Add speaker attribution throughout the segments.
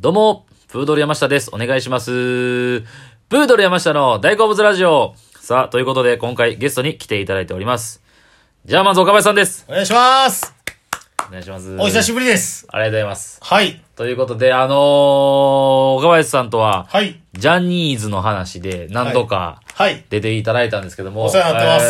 Speaker 1: どうも、プードル山下です。お願いします。プードル山下の大好物ラジオ。さあ、ということで、今回ゲストに来ていただいております。じゃあ、まず岡林さんです。
Speaker 2: お願いします
Speaker 1: お願いします。
Speaker 2: お久しぶりです
Speaker 1: ありがとうございます。
Speaker 2: はい。
Speaker 1: ということで、あのー、岡林さんとは、
Speaker 2: はい。
Speaker 1: ジャニーズの話で何度か
Speaker 2: はい。
Speaker 1: 出ていただいたんですけども、
Speaker 2: お世話になってます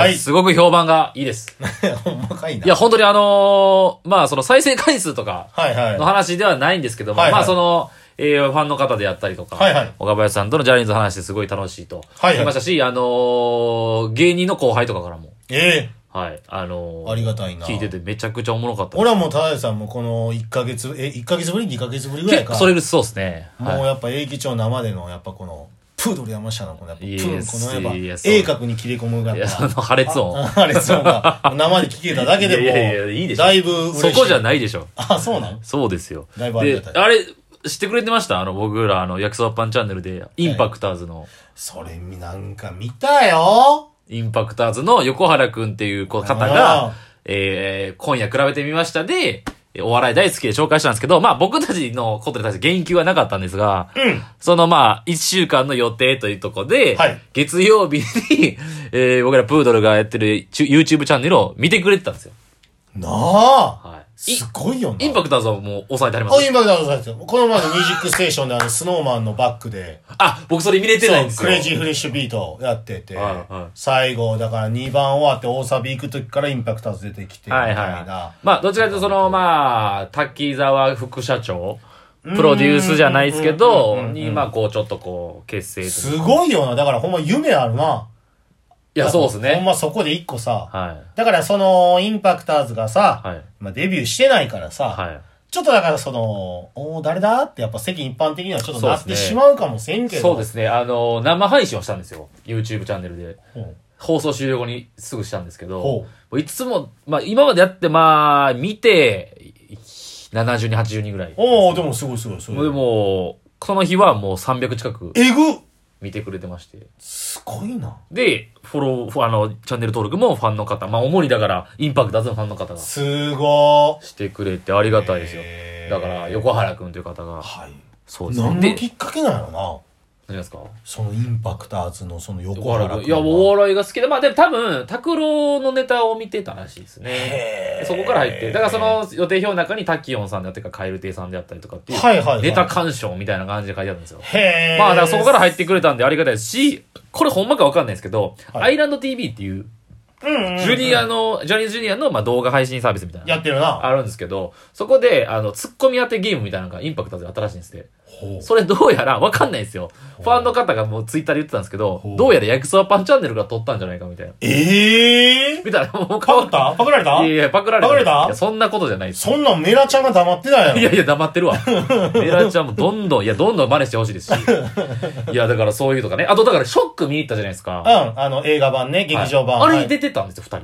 Speaker 2: はい
Speaker 1: すごく評判がいいです。
Speaker 2: ほんまかいな。
Speaker 1: いや、本当にあのーまあ、その再生回数とか、
Speaker 2: はいはい。
Speaker 1: の話ではないんですけども、
Speaker 2: はいはい
Speaker 1: まあその、えーファンの方であったりとか、
Speaker 2: はいはい
Speaker 1: 岡林さんとのジャニーズの話ですごい楽しいと
Speaker 2: はいはい
Speaker 1: 言いましたし、あのー芸人の後輩とかからも、
Speaker 2: ええ
Speaker 1: はい、あのー
Speaker 2: ありがたいな。
Speaker 1: 聞いててめちゃくちゃおもろかったです。
Speaker 2: 俺はもう、ただでさんもこの1ヶ月、え、1ヶ月ぶり ?2 ヶ月ぶりぐらい
Speaker 1: 結
Speaker 2: か。
Speaker 1: 構それそうですね。
Speaker 2: もう
Speaker 1: は
Speaker 2: やっぱ永吉町生での、やっぱこの、プードル山下のこの、やっぱ、プ
Speaker 1: いえ
Speaker 2: ーン、このやっぱ
Speaker 1: いえ、そう
Speaker 2: 鋭角に切れ込むが
Speaker 1: い。いや、
Speaker 2: やっ
Speaker 1: その
Speaker 2: ぱ、
Speaker 1: 破裂音。
Speaker 2: あれそうか。生で聞けただけで
Speaker 1: いやいやいやいいで
Speaker 2: も、
Speaker 1: しょ
Speaker 2: だいぶ嬉し
Speaker 1: そ
Speaker 2: い。
Speaker 1: こじゃ
Speaker 2: い。
Speaker 1: ないでしょ。
Speaker 2: あ、そうなの
Speaker 1: そうですよ。
Speaker 2: だいぶありが
Speaker 1: で
Speaker 2: たい、
Speaker 1: あれ、知ってくれてましたあの、僕ら、あの、焼きそばパンチャンネルで、インパクターズの、
Speaker 2: それ、なんか見たよ
Speaker 1: インパクターズの横原くんっていうこう方
Speaker 2: あー
Speaker 1: が、えー、今夜比べてみましたで、えお笑い大好きで紹介したんですけど、まあ僕たちのことに対して言及はなかったんですが、そのまあ、一週間の予定というとこで、
Speaker 2: はい
Speaker 1: 月曜日に、 えー僕らプードルがやってるちゅ YouTube チャンネルを見てくれてたんですよ。
Speaker 2: なあ
Speaker 1: はい。い
Speaker 2: すごいよな。
Speaker 1: インパクターズはもう抑えてありま
Speaker 2: あ、
Speaker 1: す
Speaker 2: インパクトアウトされてるこの前のミュージックステーションであの、スノーマンのバックで、
Speaker 1: あ、僕それ見れてないんです
Speaker 2: そう
Speaker 1: よ。
Speaker 2: クレイジーフレッシュビートやってて、
Speaker 1: はいはい
Speaker 2: 最後、だから2番終わって大サビ行く時からインパクトアウト出てきて、み
Speaker 1: は
Speaker 2: た
Speaker 1: い
Speaker 2: い
Speaker 1: は。。
Speaker 2: ない
Speaker 1: まあ、どっちかというと、その、まあ、滝沢副社長、プロデュースじゃないですけど、に、まあ、こう、ちょっとこう、結成というか
Speaker 2: すごいよな。だからほんま夢あるな。
Speaker 1: いや、そうです
Speaker 2: ほん
Speaker 1: ね。
Speaker 2: まそこで一個さ、
Speaker 1: は
Speaker 2: だからその、インパクターズがさ、
Speaker 1: はい
Speaker 2: まあデビューしてないからさ、
Speaker 1: い。はい。
Speaker 2: ちょっとだからその、おー誰だってやっぱ世間一般的にはちょっとなっ
Speaker 1: そうで
Speaker 2: て
Speaker 1: すね
Speaker 2: しまうかもせんけど。
Speaker 1: そうですね。あの、生配信をしたんですよ。YouTube チャンネルで。
Speaker 2: うん
Speaker 1: 放送終了後にすぐしたんですけど、
Speaker 2: ほう
Speaker 1: もういつも、まあ、今までやって、まあ、見て、70人、80人ぐらい。
Speaker 2: おおでもすごいすごいす
Speaker 1: もうで
Speaker 2: ごい。
Speaker 1: も、その日はもう300近く
Speaker 2: えぐ
Speaker 1: 見てくれてまして。
Speaker 2: すごいな。
Speaker 1: で、フォローフォ、あの、チャンネル登録もファンの方、まあ、主にだから、インパクトズのファンの方が
Speaker 2: すご
Speaker 1: してくれてありがたいですよ。
Speaker 2: へー
Speaker 1: だから、横原くんという方が
Speaker 2: ー。、はい。
Speaker 1: そうです
Speaker 2: 何
Speaker 1: で
Speaker 2: のき、っかけなのな
Speaker 1: 何ですか
Speaker 2: そのインパクターズのその横
Speaker 1: 横
Speaker 2: 原
Speaker 1: 原く
Speaker 2: 君
Speaker 1: ん。いや、お笑いが好きで、まあ、でも多分、拓郎のネタを見てたらしいですね。
Speaker 2: へー
Speaker 1: そこから入って、だからその予定表の中にタキオンさんであったりとか、カエル亭さんであったりとかっていう、
Speaker 2: はいはいはい
Speaker 1: ネタ鑑賞みたいな感じで書いてあるんですよ。
Speaker 2: へー
Speaker 1: まあ、だからそこから入ってくれたんでありがたいですし、これほんまかわかんないですけど、
Speaker 2: はい
Speaker 1: アイランド TV っていう、ジュニアの、ジャニーズジュニアの、まあ、動画配信サービスみたいな。
Speaker 2: やってるな
Speaker 1: あるんですけど、そこで、あの、ツッコミ当てゲームみたいなのがインパクトで新しいんですね。
Speaker 2: ほう
Speaker 1: それどうやらわかんないですよ。ファンの方がもうツイッターで言ってたんですけど
Speaker 2: ほ、う
Speaker 1: どうやら焼きそばパンチャンネルが撮ったんじゃないかみたいな。
Speaker 2: ええ
Speaker 1: みたいな、もう
Speaker 2: パクっ
Speaker 1: った
Speaker 2: パクられた
Speaker 1: いやいや、パクられた。
Speaker 2: パクられた
Speaker 1: いや、そんなことじゃないです。
Speaker 2: そんなんメラちゃんが黙ってない
Speaker 1: い
Speaker 2: や
Speaker 1: やいや、黙ってるわ。メラちゃんもどんどん、いや、どんどん真似してほしいですし。いや、だからそういうとかね。あと、だからショック見に行ったじゃないですか。
Speaker 2: ろうんあの映画版ね劇場版
Speaker 1: はいあれ
Speaker 2: は
Speaker 1: に
Speaker 2: い
Speaker 1: 出てたんですよ、二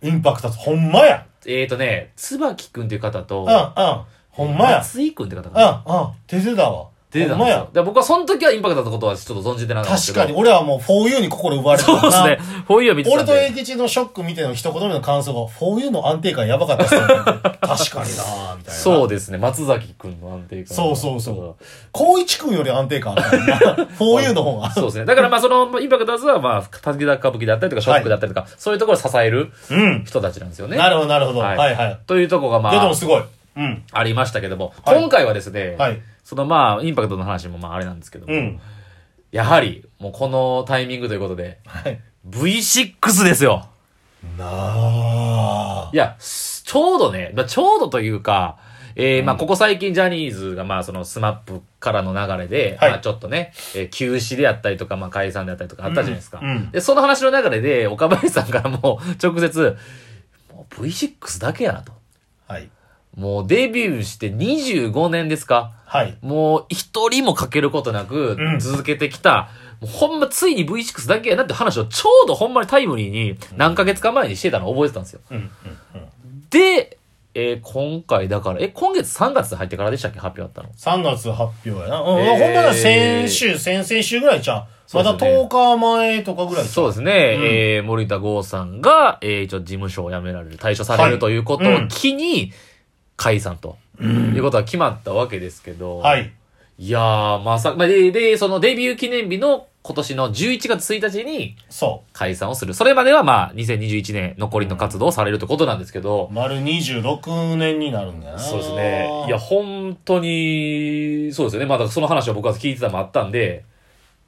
Speaker 1: 人。
Speaker 2: インパクターズほんまや
Speaker 1: えーとね、椿くんっていう方と
Speaker 2: うん、うんほんまや
Speaker 1: 松井くんって方
Speaker 2: うん
Speaker 1: が
Speaker 2: うん出てたわ
Speaker 1: 出てた
Speaker 2: ほ
Speaker 1: ん
Speaker 2: ん
Speaker 1: でよ。
Speaker 2: ますや
Speaker 1: だから僕はその時はインパクトのことはちょっと存じてなかったんです
Speaker 2: 確
Speaker 1: けど。
Speaker 2: かに俺はもう 4U に心奪われて
Speaker 1: そう
Speaker 2: た
Speaker 1: です
Speaker 2: な
Speaker 1: ね。フォーユーは見てた
Speaker 2: 俺
Speaker 1: ん
Speaker 2: と
Speaker 1: で。
Speaker 2: 永吉のショック見ての一言目の感想が、4U の安定感やばかったっすよね確かになぁ、みたいな。
Speaker 1: そうですね。松崎くんの安定感。
Speaker 2: そうそうそう。高一君より安定感ある からな。4U の方が。
Speaker 1: そうですね。だからまあその、インパクトズはまあ、竹田歌舞伎であったりとか、ショックであったりとか、そういうところを支える
Speaker 2: うん。
Speaker 1: 人たちなんですよね。
Speaker 2: なるほど、なるほど。はいはい。い
Speaker 1: というとこがま
Speaker 2: や、でも
Speaker 1: あ、
Speaker 2: すごい。うん。
Speaker 1: ありましたけども、
Speaker 2: はい
Speaker 1: 今回はですね、
Speaker 2: はい
Speaker 1: そのまあ、インパクトの話もまああれなんですけども、
Speaker 2: うん。
Speaker 1: やはり、もうこのタイミングということで、
Speaker 2: はい。
Speaker 1: V6 ですよ。
Speaker 2: なあ
Speaker 1: い。や、すちょうどね、まあ、ちょうどというか、えーまあ、ここ最近ジャニーズが、まあ、そのスマップからの流れで、
Speaker 2: はい
Speaker 1: まあ、ちょっとね、えー休止であったりとか、まあ、解散であったりとかあったじゃないですか。
Speaker 2: うんうん
Speaker 1: で、その話の流れで、岡林さんからもう 直接、もう V6 だけやなと。
Speaker 2: はい。
Speaker 1: もうデビューして25年ですか
Speaker 2: はい。
Speaker 1: もう一人も欠けることなく
Speaker 2: うん
Speaker 1: 続けてきた、もうほんまついに V6 だけやなって話をちょうどほんまにタイムリーに何ヶ月か前にしてたのを覚えてたんですよ。
Speaker 2: うん。うん。
Speaker 1: で、えー今回だから、え、今月3月入ってからでしたっけ発表あったの。
Speaker 2: 3月発表やな。うん。
Speaker 1: えー
Speaker 2: ほんまだ、先週、先々週ぐらいじゃん。ま
Speaker 1: そう
Speaker 2: だ
Speaker 1: ですよね
Speaker 2: 10日前とかぐらいじゃ
Speaker 1: そうですね。えー森田剛さんが、えー一応事務所を辞められる、退所され
Speaker 2: は
Speaker 1: る
Speaker 2: い
Speaker 1: ということを機に、解散と、いうことは決まったわけですけど、
Speaker 2: ん。はい。
Speaker 1: いやー、まさか、まあ、で、で、そのデビュー記念日の今年の11月1日に
Speaker 2: そ
Speaker 1: 解散をする。それまではまあ、2021年残りの活動をされるってことなんですけど
Speaker 2: う。、丸26年になるんだよな。
Speaker 1: そうですね。いや、本当に、そうですよね。まあだからその話は僕は聞いてたのもあったんで、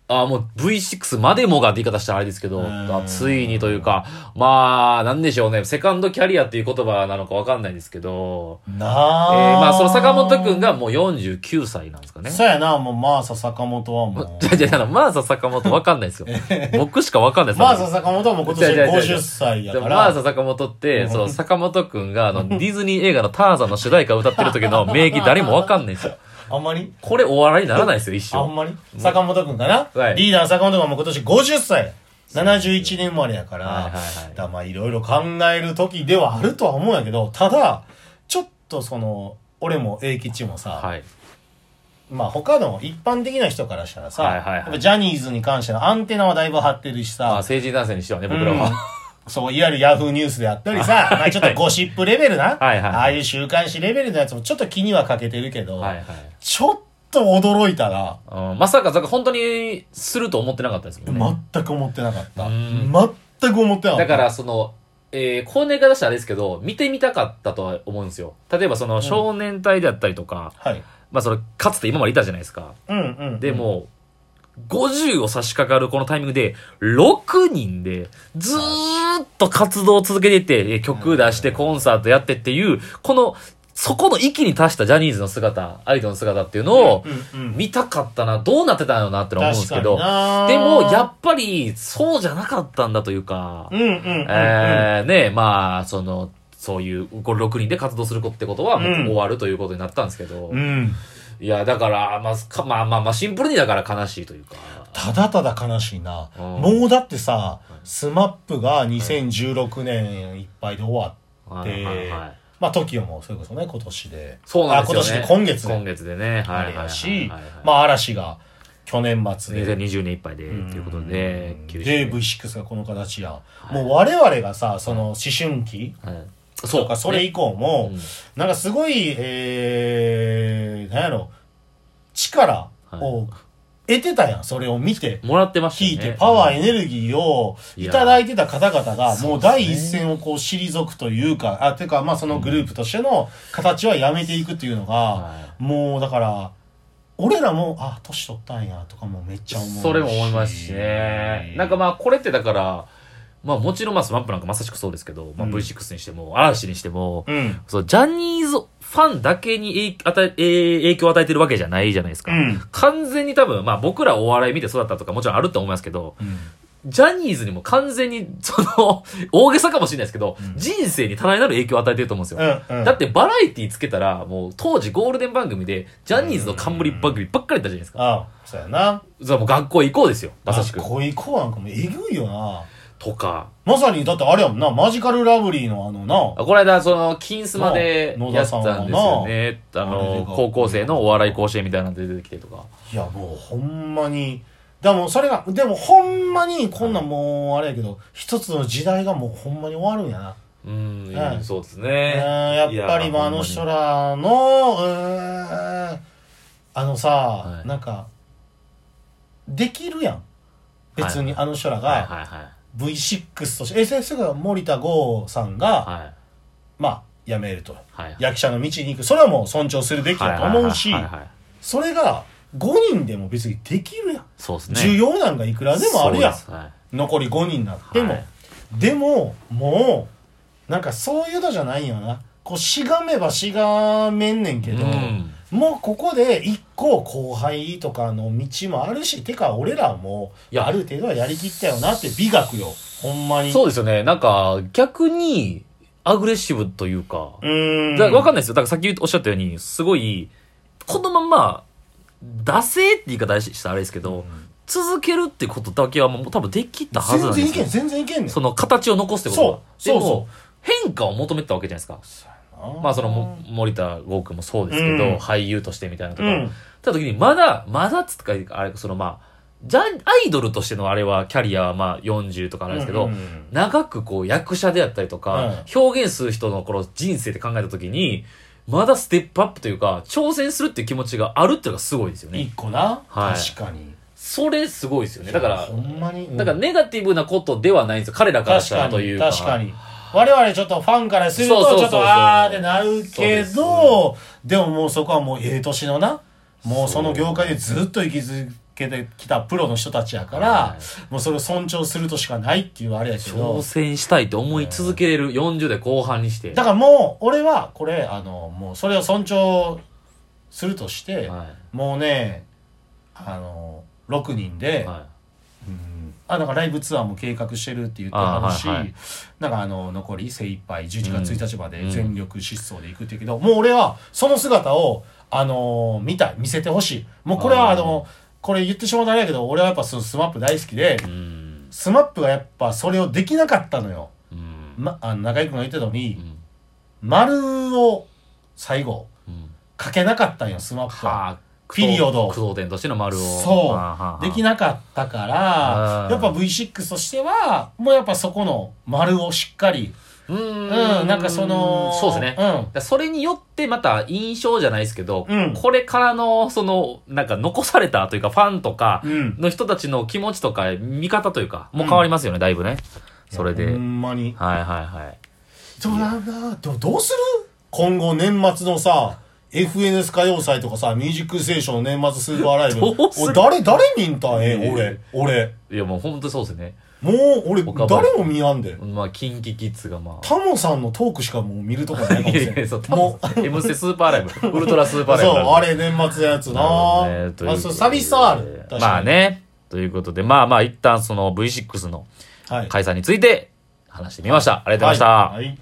Speaker 1: ああ、もう V6 までもがって言い方したらあれですけど、
Speaker 2: ん
Speaker 1: あついにというか、まあ、なんでしょうね。セカンドキャリアっていう言葉なのかわかんないんですけど、え
Speaker 2: な
Speaker 1: ー
Speaker 2: あ、
Speaker 1: まあ、その坂本くんがもう49歳なんですかね。
Speaker 2: そうやな、もう、マーサ坂本はも。
Speaker 1: じゃじゃじゃマーサ坂本わかんないですよ。僕しかわかんないうですよ
Speaker 2: マーサ坂本はもう今年
Speaker 1: 違う違う違う
Speaker 2: 50歳や
Speaker 1: で
Speaker 2: か
Speaker 1: も
Speaker 2: ら。
Speaker 1: マーサ坂本って、その坂本くんが、あの、ディズニー映画のターザンの主題歌を歌ってる時の名義誰もわかんないんですよ。
Speaker 2: あんまり
Speaker 1: これお笑いにならないですよ、一
Speaker 2: あん
Speaker 1: 生。
Speaker 2: まり坂本くんかな、
Speaker 1: はい
Speaker 2: リーダーの坂本くんはもう今年50歳。71年生まれやから、
Speaker 1: はいはいはい
Speaker 2: だからまあいろいろ考える時ではあるとは思うんやけど、ただ、ちょっとその、俺も英吉もさ、
Speaker 1: はい。
Speaker 2: まあ他の一般的な人からしたらさ、
Speaker 1: はいはいはい
Speaker 2: やっぱジャニーズに関してのアンテナはだいぶ張ってるし
Speaker 1: まあ、
Speaker 2: さ、
Speaker 1: 成人男性にしてはね、僕らは。
Speaker 2: そう、いわゆるヤフーニュースであったりさ、まあちょっとゴシップレベルな、
Speaker 1: はいはい
Speaker 2: ああいう週刊誌レベルのやつもちょっと気にはかけてるけど、
Speaker 1: はいはい
Speaker 2: ちょっと驚いたら、
Speaker 1: うん。まさか、だから本当にすると思ってなかったですもんね。
Speaker 2: 全く思ってなかった。
Speaker 1: うん
Speaker 2: 全く思って
Speaker 1: だ
Speaker 2: なかった。
Speaker 1: から、その、えー、こういう言い方したらあれですけど、見てみたかったとは思うんですよ。例えば、その、少年隊であったりとか、
Speaker 2: はい。
Speaker 1: まあ、その、かつて今までいたじゃないですか。
Speaker 2: うんうんうん。
Speaker 1: でも、50を差し掛かるこのタイミングで、6人で、ずーっと活動を続けてて、え曲出してコンサートやってっていう、この、そこの域に達したジャニーズの姿、アイドルの姿っていうのを、
Speaker 2: うんうん、
Speaker 1: 見たかったな、どうなってたんやろうなってのは思うんですけど、で
Speaker 2: で
Speaker 1: も、やっぱり、そうじゃなかったんだというか
Speaker 2: う、んうんうんうん。
Speaker 1: えー、ね、まあ、その、そういう、こう6人で活動することってことは、もう
Speaker 2: うん
Speaker 1: 終わるということになったんですけど、
Speaker 2: うん。
Speaker 1: いや、だから、まあ、かまあまあまあ、シンプルにだから悲しいというか。
Speaker 2: ただただ悲しいな。
Speaker 1: うん
Speaker 2: もうだってさ、スマップが2016年いっぱいで終わっ
Speaker 1: はいはい
Speaker 2: て
Speaker 1: はい、
Speaker 2: まあ TOKIO もそれこそね、今年で。
Speaker 1: そうなんですよ、
Speaker 2: あ
Speaker 1: ね。
Speaker 2: 今年で今月
Speaker 1: 今月でね。はい
Speaker 2: あ
Speaker 1: はいは
Speaker 2: れ
Speaker 1: いはい、
Speaker 2: やし
Speaker 1: はいはい、
Speaker 2: まあ嵐が去年末で。
Speaker 1: 2020年いっぱいで、ということで、
Speaker 2: うん
Speaker 1: 休止
Speaker 2: で、V6 がこの形やん。もう我々がさ、その思春期
Speaker 1: はいそ
Speaker 2: と
Speaker 1: う
Speaker 2: か、
Speaker 1: か、
Speaker 2: それ以降も、なんかすごい、えー、なんやろ、力を得てたやん、それを見て。
Speaker 1: もらってま
Speaker 2: 聞
Speaker 1: し
Speaker 2: い
Speaker 1: たね。
Speaker 2: て、パワー、
Speaker 1: ー
Speaker 2: エネルギーをいただいてた方々が、もう第一線をこう退くというか、あ、ていうか、まあそのグループとしての形はやめていくというのが、
Speaker 1: は
Speaker 2: もうだから、俺らも、あ、年取ったんや、とかもめっちゃ思うし。
Speaker 1: い。それも思いますしね。なんかまあ、これってだから、まあもちろんまあスマップなんかまさしくそうですけど、まあ
Speaker 2: うん
Speaker 1: V6 にしても、嵐にしても、
Speaker 2: うん、うん。
Speaker 1: そう、ジャニーズファンだけに影与ええー影響を与えてるわけじゃないじゃないですか。
Speaker 2: うん
Speaker 1: 完全に多分、まあ僕らお笑い見て育ったとかもちろんあると思いますけど、ジャニーズにも完全に、 その、大げさかもしれないですけど、
Speaker 2: うん
Speaker 1: 人生に多大なる影響を与えてると思うんです
Speaker 2: う
Speaker 1: よ。
Speaker 2: ん。うん
Speaker 1: だってバラエティつけたら、もう当時ゴールデン番組で、ジャニーズの冠番組ばっかりだったじゃないですか。
Speaker 2: あ、そうやな。
Speaker 1: それはもう学校行こうですよ、まさしく。
Speaker 2: こういう子なんかもうえぐいよな。
Speaker 1: とか。
Speaker 2: まさに、だってあれやもんな、マジカルラブリーのあのな、
Speaker 1: あこの間、その、金スマで
Speaker 2: なあ
Speaker 1: やってたんですよね。あ
Speaker 2: あれで
Speaker 1: の
Speaker 2: か、
Speaker 1: 高校生のお笑い甲子園みたいなので出てきてとか。
Speaker 2: いやもうほんまに、でもそれが、でもほんまにこんなんもうあれやけど、一つの時代がもうほんまに終わるんやな。
Speaker 1: う
Speaker 2: は
Speaker 1: ん、
Speaker 2: い
Speaker 1: そうです
Speaker 2: う
Speaker 1: ね。
Speaker 2: んやっぱりまああの人らの、うーんあのさ、
Speaker 1: い
Speaker 2: なんか、できるやん。別に
Speaker 1: は
Speaker 2: あの人ら
Speaker 1: はい
Speaker 2: が
Speaker 1: はいはい。
Speaker 2: V6 として、え、先生が森田剛さんが、
Speaker 1: はい。
Speaker 2: まあ辞めると。
Speaker 1: はいはい。
Speaker 2: 役者の道に行く。それはもう尊重するべきだと思うし
Speaker 1: は、いはいはいはい
Speaker 2: それが5人でも別にできるやん。
Speaker 1: そうですね。
Speaker 2: 需要なんかいくらでもあるやん
Speaker 1: そう。ですはい
Speaker 2: 残り5人になっても、
Speaker 1: はい
Speaker 2: でももうなんかそういうのじゃないよなこうしがめばしがめんねんけど、
Speaker 1: うん
Speaker 2: もうここで一個後輩とかの道もあるしてか俺らも
Speaker 1: いや
Speaker 2: ある程度はやりきったよなって美学よほんまに
Speaker 1: そう
Speaker 2: う
Speaker 1: ですよね。なんか、逆に、アグレッシブというか、
Speaker 2: ーん
Speaker 1: だわかんないですよ。だからさっきおっしゃったように、すごい、このまま、惰性って言い方したらあれですけど、続けるってことだけはもう多分できたはずな
Speaker 2: 全
Speaker 1: んで
Speaker 2: 然い
Speaker 1: す
Speaker 2: け
Speaker 1: よ
Speaker 2: ん。全然いけんねん
Speaker 1: その形を残すってことは。
Speaker 2: そうそう
Speaker 1: でも、変化を求めてたわけじゃないですか。まあそのも、森田剛君もそうですけど、
Speaker 2: うん
Speaker 1: 俳優としてみたいなと
Speaker 2: う
Speaker 1: か、
Speaker 2: ん
Speaker 1: た時に、まだ、まだっつうか、あれ、そのまあ、じゃ、アイドルとしてのあれは、キャリアはまあ40とかなんですけど、
Speaker 2: うんうんうん
Speaker 1: 長くこう役者であったりとか、表現する人のこの人生って考えた時に、まだステップアップというか、挑戦するっていう気持ちがあるっていうのがすごいですよね。
Speaker 2: 一個な、
Speaker 1: はい
Speaker 2: 確かに。
Speaker 1: それすごいですよね。だから
Speaker 2: ほ、んまに。うん
Speaker 1: だからネガティブなことではないんですよ。彼らからした
Speaker 2: 確から
Speaker 1: とい
Speaker 2: に、
Speaker 1: うか。
Speaker 2: 確かに。我々ちょっとファンからする
Speaker 1: そうそうそ
Speaker 2: と、
Speaker 1: う
Speaker 2: ちょ
Speaker 1: そう
Speaker 2: っとあーってなるけ
Speaker 1: そ
Speaker 2: ど、でももうそこはもうええ年のな、もうその業界でずっと生き続けてきたプロの人たちやから、
Speaker 1: は
Speaker 2: もうそれを尊重するとしかないっていうあれやけ
Speaker 1: 挑
Speaker 2: ど、
Speaker 1: 戦したいと思い続けれる40代後半にして。
Speaker 2: だからもう俺はこれ、あの、もうそれを尊重するとして、
Speaker 1: は
Speaker 2: もうね、あの、6人で、
Speaker 1: い。は
Speaker 2: うんあなんかライブツアーも計画してるって言って
Speaker 1: あ
Speaker 2: あ
Speaker 1: ー
Speaker 2: るし、
Speaker 1: はいはい
Speaker 2: なんかあの残り精一杯11月1日まで
Speaker 1: うん
Speaker 2: 全力疾走で行くって言うけど、もう俺はその姿を、あのー見たい見せてほしいもうこれは
Speaker 1: あ
Speaker 2: あ
Speaker 1: ー
Speaker 2: のこれ言ってしまうとあれやけど俺はやっぱそのスマップ大好きで
Speaker 1: い。うん。
Speaker 2: スマップがやっぱそれをできなかったのよ、
Speaker 1: うん。
Speaker 2: ま、あの中居君が言ってたの
Speaker 1: う
Speaker 2: に
Speaker 1: ん
Speaker 2: 丸を最後
Speaker 1: うん。
Speaker 2: かけなかったんよスマップは。
Speaker 1: はあ。
Speaker 2: ピリオド
Speaker 1: 駆動点としての丸を。
Speaker 2: そう
Speaker 1: はあはあ
Speaker 2: できなかったから
Speaker 1: あ、ー
Speaker 2: やっぱ V6 としては、もうやっぱそこの丸をしっかり、
Speaker 1: うー
Speaker 2: うん、なんかその、
Speaker 1: そうですね。だか
Speaker 2: ね。
Speaker 1: らそれによってまた印象じゃないですけど、
Speaker 2: うん
Speaker 1: これからの、その、なんか残されたというか、ファンとか
Speaker 2: うん。うん。
Speaker 1: の人たちの気持ちとか、見方というか、もう変わりますよね、だいぶね。それで。
Speaker 2: ほんまに。
Speaker 1: はいはいはい。
Speaker 2: でもなんかでもどうする今後年末のさ、FNS 歌謡祭とかさ、ミュージックステーションの年末スーパーライブ。
Speaker 1: どうする
Speaker 2: 俺誰、誰見んたんえ、俺
Speaker 1: え、
Speaker 2: 俺。
Speaker 1: いやもう本当にそうですね。
Speaker 2: もう、俺、
Speaker 1: 岡林
Speaker 2: 誰も見やんで。
Speaker 1: まあ、キンキキッズがまあ。
Speaker 2: タモさんのトークしかもう見るとこないかも
Speaker 1: いや
Speaker 2: し
Speaker 1: い
Speaker 2: れ
Speaker 1: やいやそう、
Speaker 2: ん。
Speaker 1: 多
Speaker 2: もう、
Speaker 1: 分 M ステスーパーライブ、ウルトラスーパーライ
Speaker 2: そ
Speaker 1: ブ
Speaker 2: う、
Speaker 1: なんで。
Speaker 2: あれ年末のやつな
Speaker 1: なるほどねということで
Speaker 2: あ、そう、寂しさある。
Speaker 1: まあ。ね。ということで、まあまあ、一旦その V6 の
Speaker 2: はい。
Speaker 1: 解散について話してみました。ありがとうございました。
Speaker 2: はいはい